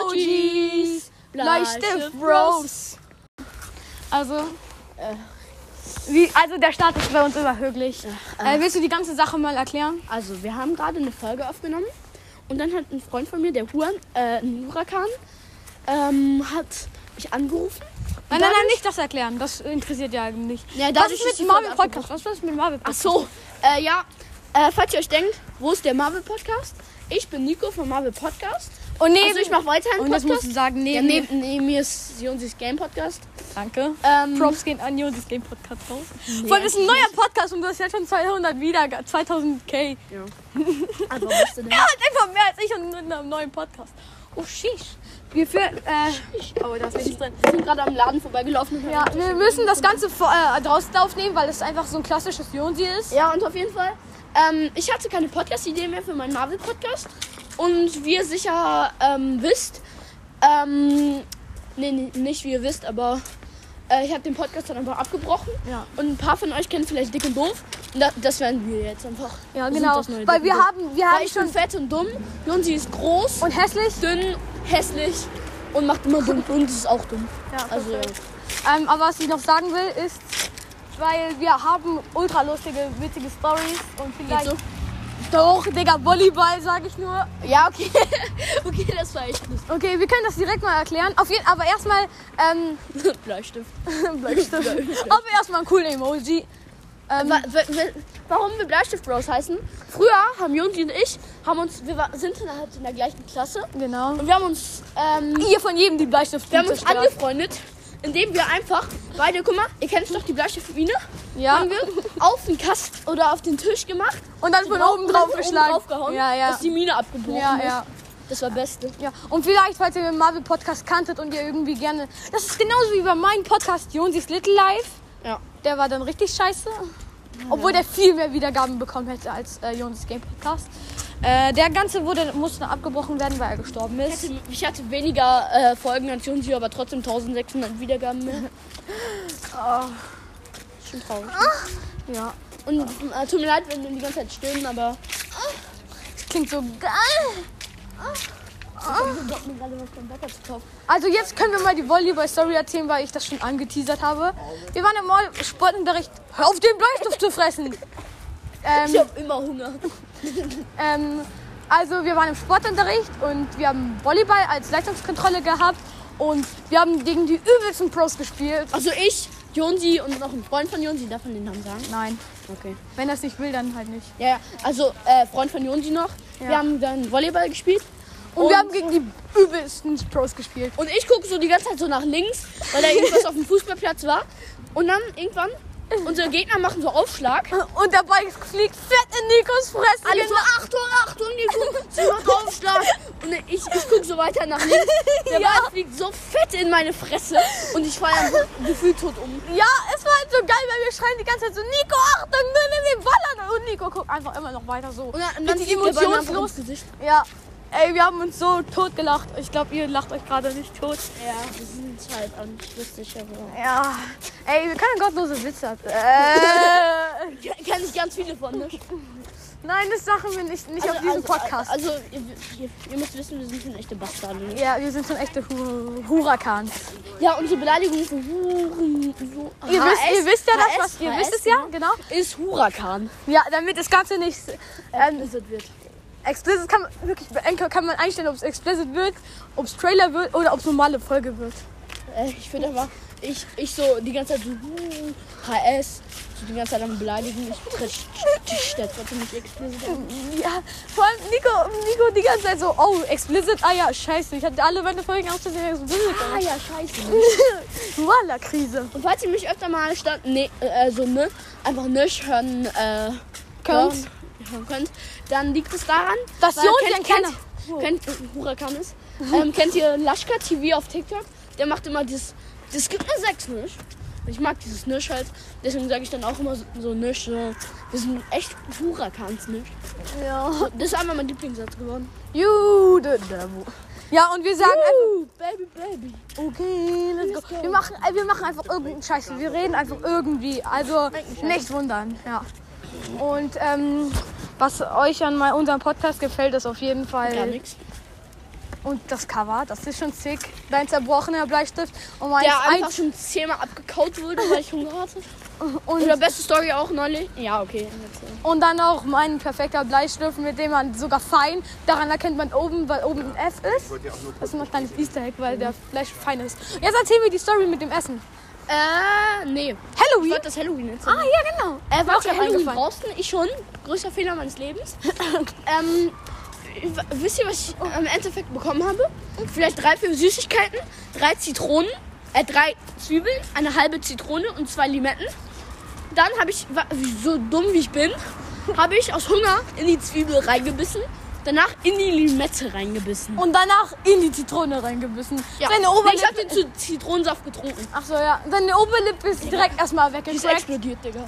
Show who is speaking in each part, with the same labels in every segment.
Speaker 1: Emojis, Bleistift Bros.
Speaker 2: Also, wie, also der Start ist bei uns immer höglich.
Speaker 1: ah.
Speaker 2: Äh, willst du die ganze Sache mal erklären?
Speaker 1: Also, wir haben gerade eine Folge aufgenommen und dann hat ein Freund von mir, der Huan, äh, ein Hurakan, ähm, hat mich angerufen.
Speaker 2: Nein, nein, nein, nicht das erklären. Das interessiert ja nicht.
Speaker 1: Ja,
Speaker 2: was
Speaker 1: dadurch
Speaker 2: ist
Speaker 1: ist die
Speaker 2: mit Marvel
Speaker 1: Folge
Speaker 2: Podcast? Was ist mit Marvel
Speaker 1: Ach
Speaker 2: Podcast?
Speaker 1: so, äh, ja. Äh, falls ihr euch denkt, wo ist der Marvel Podcast? Ich bin Nico vom Marvel Podcast.
Speaker 2: Und neben,
Speaker 1: Also ich mache weiter einen
Speaker 2: Oh, und das musst du
Speaker 1: Podcast.
Speaker 2: sagen,
Speaker 1: Ja,
Speaker 2: neben,
Speaker 1: neben, neben mir ist Sionsis Game Podcast.
Speaker 2: Danke.
Speaker 1: Ähm,
Speaker 2: Props gehen an Josis Game Podcast raus.
Speaker 1: Mhm.
Speaker 2: Voll, das ist ein neuer Podcast und du hast jetzt schon 200 wieder, 2000k.
Speaker 1: aber was denn?
Speaker 2: Er Ah, hat einfach mehr als ich und mit einem neuen Podcast. Oh, sheesh. Wir führen, äh, oh, da ist nichts drin.
Speaker 1: Wir sind gerade am Laden vorbeigelaufen.
Speaker 2: Ja, wir müssen das Ganze vor- äh, draußen aufnehmen, weil es einfach so ein klassisches Jonsi ist.
Speaker 1: Ja, und auf jeden Fall. Ähm, ich hatte keine Podcast-Idee mehr für meinen Marvel-Podcast. Und wie ihr sicher ähm, wisst, ähm, nee, nee, nicht wie ihr wisst, aber äh, ich habe den Podcast dann einfach abgebrochen.
Speaker 2: Ja.
Speaker 1: Und ein paar von euch kennen vielleicht Dick und Doof. Und da, das werden wir jetzt einfach.
Speaker 2: Ja,
Speaker 1: Wir sind
Speaker 2: genau.
Speaker 1: das neue
Speaker 2: Weil
Speaker 1: Dick
Speaker 2: wir
Speaker 1: und Doof.
Speaker 2: haben, wir
Speaker 1: Weil
Speaker 2: haben
Speaker 1: ich bin
Speaker 2: schon
Speaker 1: fett und dumm. Jonsi ist groß,
Speaker 2: und hässlich.
Speaker 1: dünn, hässlich und macht immer dumm. Und ist auch dumm.
Speaker 2: Ja,
Speaker 1: Also,
Speaker 2: Ähm, aber was ich noch sagen will, ist, weil wir haben ultra lustige, witzige Stories und vielleicht
Speaker 1: so?
Speaker 2: doch, Digga, Volleyball, sag ich nur.
Speaker 1: ja, okay. okay, das war echt lustig.
Speaker 2: Okay, wir können das direkt mal erklären. Auf jeden, aber erstmal, ähm,
Speaker 1: Bleistift.
Speaker 2: Bleistift. aber erstmal ein cooler Emoji. Ähm,
Speaker 1: Wa- wa- wa- Warum wir Bleistift Bros heißen? Früher haben Junti und ich, haben uns, wir war, sind innerhalb in der gleichen Klasse
Speaker 2: genau.
Speaker 1: und wir haben uns, ähm,
Speaker 2: Ihr von jedem die Bleistift.
Speaker 1: wir haben uns angefreundet, indem wir einfach beide, guck mal, ihr kennt doch die Bleistiftmine,
Speaker 2: ja.
Speaker 1: haben wir auf den Kasten oder auf den Tisch gemacht.
Speaker 2: Und dann von oben
Speaker 1: und dann
Speaker 2: drauf geschlagen.
Speaker 1: draufgehauen,
Speaker 2: ja, ja.
Speaker 1: dass die Mine abgebrochen
Speaker 2: Ja,
Speaker 1: ist.
Speaker 2: ja.
Speaker 1: Das war Beste.
Speaker 2: Ja, und vielleicht, falls ihr den Marvel Podcast kanntet und ihr irgendwie gerne. Das ist genauso wie bei meinem Podcast Jonsis Little Life.
Speaker 1: Ja.
Speaker 2: Der war dann richtig scheiße. Obwohl der viel mehr Wiedergaben bekommen hätte als äh, Jonsis Game Podcast. Äh, der ganze wurde, musste abgebrochen werden, weil er gestorben
Speaker 1: Ich
Speaker 2: ist.
Speaker 1: hatte, ich hatte weniger äh, Folgen als Junti, aber trotzdem 1600 Wiedergaben mehr.
Speaker 2: Oh,
Speaker 1: Schon traurig.
Speaker 2: ja.
Speaker 1: Und äh, tut mir leid, wenn wir die ganze Zeit stöhnen, aber
Speaker 2: Das klingt so geil.
Speaker 1: Ich hab mir gerade was vom Bäcker gekauft.
Speaker 2: Also jetzt können wir mal die Volleyball-Story erzählen, weil ich das schon angeteasert habe. Wir waren im Mall- Sportunterricht. Hör auf, den Bleistift zu fressen! Ähm,
Speaker 1: Ich hab immer Hunger.
Speaker 2: Ähm, also wir waren im Sportunterricht und wir haben Volleyball als Leistungskontrolle gehabt und wir haben gegen die übelsten Pros gespielt.
Speaker 1: Also ich, Jonsi und noch ein Freund von Jonsi, darf man den Namen sagen?
Speaker 2: Nein,
Speaker 1: Okay.
Speaker 2: wenn das nicht will, dann halt nicht.
Speaker 1: Ja, ja. also äh, Freund von Jonsi noch.
Speaker 2: Ja.
Speaker 1: Wir haben dann Volleyball gespielt.
Speaker 2: Und, wir haben gegen die übelsten Pros gespielt.
Speaker 1: und ich gucke so die ganze Zeit so nach links, weil da irgendwas auf dem Fußballplatz war. Und dann irgendwann, unsere Gegner machen so Aufschlag.
Speaker 2: Und der Ball fliegt fett in Nikos Fresse.
Speaker 1: Alle so,
Speaker 2: genau.
Speaker 1: Achtung, Achtung, die gucken, sie macht Aufschlag. Und ich, ich gucke so weiter nach links. Der
Speaker 2: Ja.
Speaker 1: Ball fliegt so fett in meine Fresse. Und ich falle dann so gefühlt tot um.
Speaker 2: Ja, es war halt so geil, weil wir schreien die ganze Zeit so, Nico, Achtung, nur nimm den Ball an. Und Nico guckt einfach immer noch weiter so.
Speaker 1: Und dann, und
Speaker 2: Mit
Speaker 1: dann
Speaker 2: die
Speaker 1: fliegt der Ball
Speaker 2: emotionslos-
Speaker 1: einfach ins Gesicht.
Speaker 2: Ja, ey, wir haben uns so tot gelacht. Ich glaube, ihr lacht euch gerade nicht tot.
Speaker 1: Ja, wir sind halt auch nicht lustig, aber.
Speaker 2: Ja, ey, wir können gottlose Witze. Äh.
Speaker 1: Kann ich ganz viele von, ne?
Speaker 2: Nein, das sagen wir nicht, nicht auf diesem Podcast.
Speaker 1: Also, ihr, ihr, ihr müsst wissen, wir sind schon echte Bastarde. Ne?
Speaker 2: ja, wir sind schon echte Hu- Hurakans.
Speaker 1: Ja, unsere Beleidigung für Huren. So,
Speaker 2: Ihr wisst, ihr wisst ja das,
Speaker 1: HS,
Speaker 2: was ihr
Speaker 1: HS,
Speaker 2: wisst es ja, genau.
Speaker 1: Ist Hurakan.
Speaker 2: Ja, damit das Ganze nicht ähm,
Speaker 1: Explicit wird.
Speaker 2: explicit kann man wirklich bei Anchor kann man einstellen, ob es explicit wird, ob es Trailer wird oder ob es normale Folge wird.
Speaker 1: Äh, ich würde einfach. Ich, ich so die ganze Zeit so Huren, HS, so die ganze Zeit am Beleidigen. Ich tritt das trotzdem nicht explizit.
Speaker 2: Ja, vor allem Nico, Nico die ganze Zeit so, oh, explicit, ah ja, scheiße, ich hatte alle meine Folgen aus der explicit.
Speaker 1: Ah ja, scheiße.
Speaker 2: Voila, Krise.
Speaker 1: Und falls ihr mich öfter mal statt ne, äh, so ne, einfach nicht hören, äh,
Speaker 2: Könnt.
Speaker 1: hören- hören könnt, dann liegt es daran,
Speaker 2: Das
Speaker 1: weil
Speaker 2: Jonsi ein
Speaker 1: kennt, kennt,
Speaker 2: Kenner.
Speaker 1: kennt, äh, Huracan ist.
Speaker 2: Mhm.
Speaker 1: Ähm, kennt ihr Laschka TV auf TikTok? Der macht immer dieses, das gibt nur sechs Nisch. Und ich mag dieses Nisch halt, deswegen sage ich dann auch immer so, so Nisch, so, wir sind echt Hurakans Nisch.
Speaker 2: Ja.
Speaker 1: So, Das ist einmal mein Lieblingssatz geworden.
Speaker 2: You the devil. Ja, und wir sagen einfach,
Speaker 1: Uh, baby, baby.
Speaker 2: Okay, let's
Speaker 1: Let's
Speaker 2: go.
Speaker 1: go.
Speaker 2: Wir machen, äh, wir machen einfach irgendeinen Scheiß. Wir reden einfach irgendwie. Also nicht wundern. Ja. Und ähm, was euch an mal unserem Podcast gefällt, ist auf jeden
Speaker 1: Gar
Speaker 2: Fall
Speaker 1: nichts.
Speaker 2: Und das Cover, das ist schon sick. Dein zerbrochener Bleistift und meins
Speaker 1: Der einfach
Speaker 2: eins.
Speaker 1: schon zehnmal abgekaut wurde, weil ich Hunger hatte.
Speaker 2: Und,
Speaker 1: Oder beste Story auch neulich. Ja, okay.
Speaker 2: und dann auch mein perfekter Bleistift, mit dem man sogar fein, daran erkennt man oben, weil oben ein F ist.
Speaker 3: wollte ja auch nur
Speaker 2: Das ist immer ein kleines Easter Egg, weil der Fleisch fein ist. Jetzt erzähl mir die Story mit dem Essen.
Speaker 1: Äh, nee. Ich
Speaker 2: Halloween?
Speaker 1: wollte das Halloween jetzt.
Speaker 2: Ah, ja, genau. Mir
Speaker 1: Äh,
Speaker 2: auch
Speaker 1: warte,
Speaker 2: schon
Speaker 1: Halloween
Speaker 2: eingefallen.
Speaker 1: draußen, ich schon. Größter Fehler meines Lebens. ähm, w- wisst ihr, was ich im Endeffekt bekommen habe? Vielleicht drei, vier Süßigkeiten, drei Zitronen, äh, drei Zwiebeln, eine halbe Zitrone und zwei Limetten. Dann habe ich, wa- so dumm wie ich bin, habe ich aus Hunger in die Zwiebel reingebissen, danach in die Limette reingebissen.
Speaker 2: Und danach in die Zitrone reingebissen. Oh, Seine
Speaker 1: Nee, ich habe
Speaker 2: Oberlippe.
Speaker 1: den Zit- Zitronensaft getrunken.
Speaker 2: Ach so, ja. Seine Oberlippe ist direkt erstmal
Speaker 1: Die ist
Speaker 2: weggecrackt.
Speaker 1: explodiert, Digga.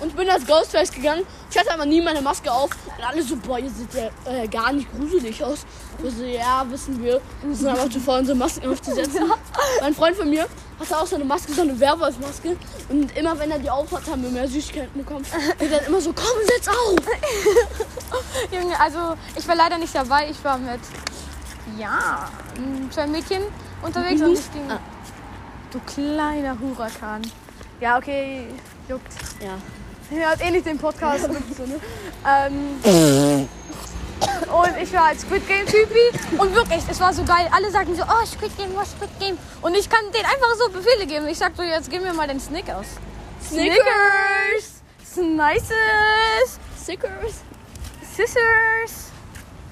Speaker 1: Und bin als Ghostface gegangen. Ich hatte aber nie meine Maske auf. Und alle so, boah, ihr seht ja äh, gar nicht gruselig aus. Wir so, ja, wissen wir. Wir sind aber zu faul, unsere Masken aufzusetzen. Mein Freund von mir hatte auch so eine Maske, so eine Werwolfmaske. Und immer wenn er die aufhat, haben wir mehr Süßigkeiten bekommen. Und dann immer so, komm, setz auf.
Speaker 2: Junge, also ich war leider nicht dabei. Ich war mit, ja, m, zwei Mädchen unterwegs und ich ging.
Speaker 1: Ah.
Speaker 2: Du kleiner Hurakan. Ja, okay, juckt.
Speaker 1: Ja.
Speaker 2: Ihr habt eh nicht den Podcast. so, ne? ähm, und ich war als Squid Game Typi und wirklich, es war so geil. Alle sagten so, oh Squid Game, was Squid Game. Und ich kann denen einfach so Befehle geben. Ich sag so, jetzt gib mir mal den Snick aus. Snickers, Snices,
Speaker 1: Sickers.
Speaker 2: Scissors,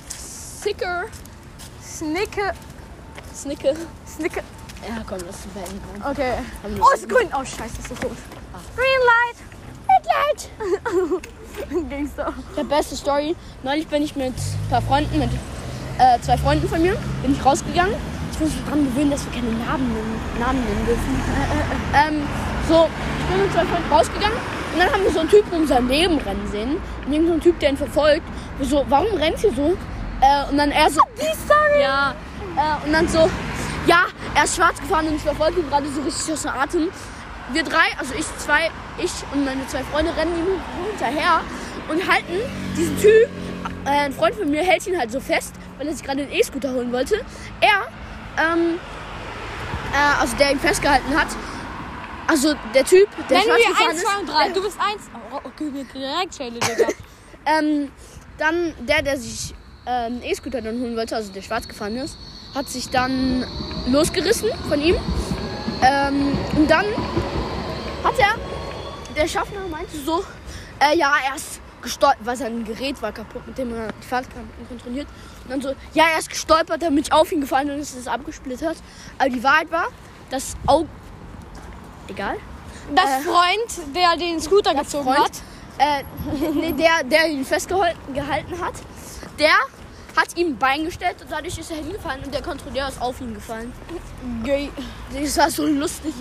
Speaker 1: Sicker.
Speaker 2: Snicker,
Speaker 1: Snicker.
Speaker 2: Snicker.
Speaker 1: Ja, komm, das ist ein
Speaker 2: Okay.
Speaker 1: Haben wir-
Speaker 2: Oh, ist grün. Oh, scheiße, ist so rot. Green Light. Ah. Red Light. Ging's doch.
Speaker 1: Der beste Story. Neulich bin ich mit ein paar Freunden, mit äh, zwei Freunden von mir, bin ich rausgegangen. Ich muss mich daran gewöhnen, dass wir keine Namen nennen, Namen nennen dürfen. Äh, äh, äh, ähm, so, ich bin mit zwei Freunden rausgegangen und dann haben wir so einen Typen um sein Leben rennen sehen. Und irgend so einen Typ, der ihn verfolgt. Wir so, warum rennt ihr so? Äh, und dann er so, die Story. Ja. Äh, und dann so, ja, er ist schwarz gefahren und ich verfolge ihn gerade so richtig aus dem Atem. Wir drei, also ich zwei, ich und meine zwei Freunde rennen ihm hinterher und halten diesen Typ, äh, ein Freund von mir hält ihn halt so fest, weil er sich gerade den E-Scooter holen wollte. Er, ähm, äh, also der ihn festgehalten hat, also der Typ, der
Speaker 2: Nennen
Speaker 1: schwarz
Speaker 2: wir
Speaker 1: gefahren
Speaker 2: 1,
Speaker 1: ist,
Speaker 2: 2 und 3. Du bist 1. Oh, okay, mir direkt Schädel, Digga.
Speaker 1: ähm, dann der, der sich ähm, E-Scooter dann holen wollte, also der schwarz gefahren ist, hat sich dann losgerissen von ihm. Ähm, und dann hat er, der Schaffner meinte so, äh, ja, er ist gestolpert, weil sein Gerät war kaputt, mit dem er die Fahrtkampen kontrolliert. Und dann so, ja, er ist gestolpert, damit ich auf ihn gefallen und es ist abgesplittert. Aber die Wahrheit war, das Auge... Egal.
Speaker 2: Das Freund, der den Scooter gezogen
Speaker 1: Freund,
Speaker 2: hat.
Speaker 1: äh, nee, der, der ihn festgehalten gehalten hat, der hat ihm ein Bein gestellt und dadurch ist er hingefallen und der Kontrolleur ist auf ihn gefallen.
Speaker 2: Gay.
Speaker 1: Das war so lustig.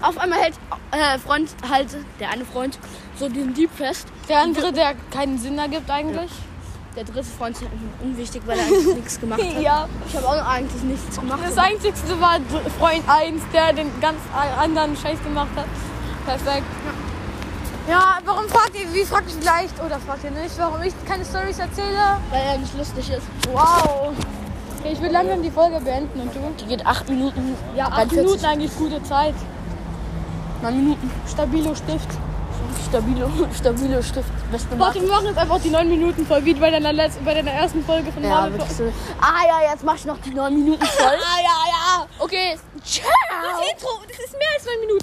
Speaker 1: Auf einmal hält äh, Freund halt, der eine Freund, so den Dieb fest.
Speaker 2: Der andere, der keinen Sinn ergibt eigentlich.
Speaker 1: Der dritte Freund ist einfach unwichtig, weil er eigentlich nichts gemacht hat.
Speaker 2: Ja.
Speaker 1: Ich habe auch eigentlich nichts gemacht.
Speaker 2: Das einzigste war Dr- Freund 1, der den ganz a- anderen Scheiß gemacht hat. Perfekt. Ja, warum fragt ihr, wie fragt ihr vielleicht, oder fragt ihr nicht, warum ich keine Stories erzähle?
Speaker 1: Weil er nicht lustig ist.
Speaker 2: Wow. Okay, ich will langsam die Folge beenden und du?
Speaker 1: Die geht acht Minuten.
Speaker 2: Ja, 8
Speaker 1: 43.
Speaker 2: Minuten eigentlich gute Zeit.
Speaker 1: 9 Minuten.
Speaker 2: Stabilo Stift.
Speaker 1: Stabile, stabile Stift. Beste
Speaker 2: Warte, wir machen jetzt einfach die 9 Minuten voll, wie bei deiner, letzten, bei deiner ersten Folge von
Speaker 1: Ja,
Speaker 2: Marvel.
Speaker 1: wirklich so. Ah ja, jetzt mach ich noch die 9 Minuten voll.
Speaker 2: Ah, ja, ja.
Speaker 1: Okay, ciao.
Speaker 2: Das Intro, das ist mehr als 9 Minuten.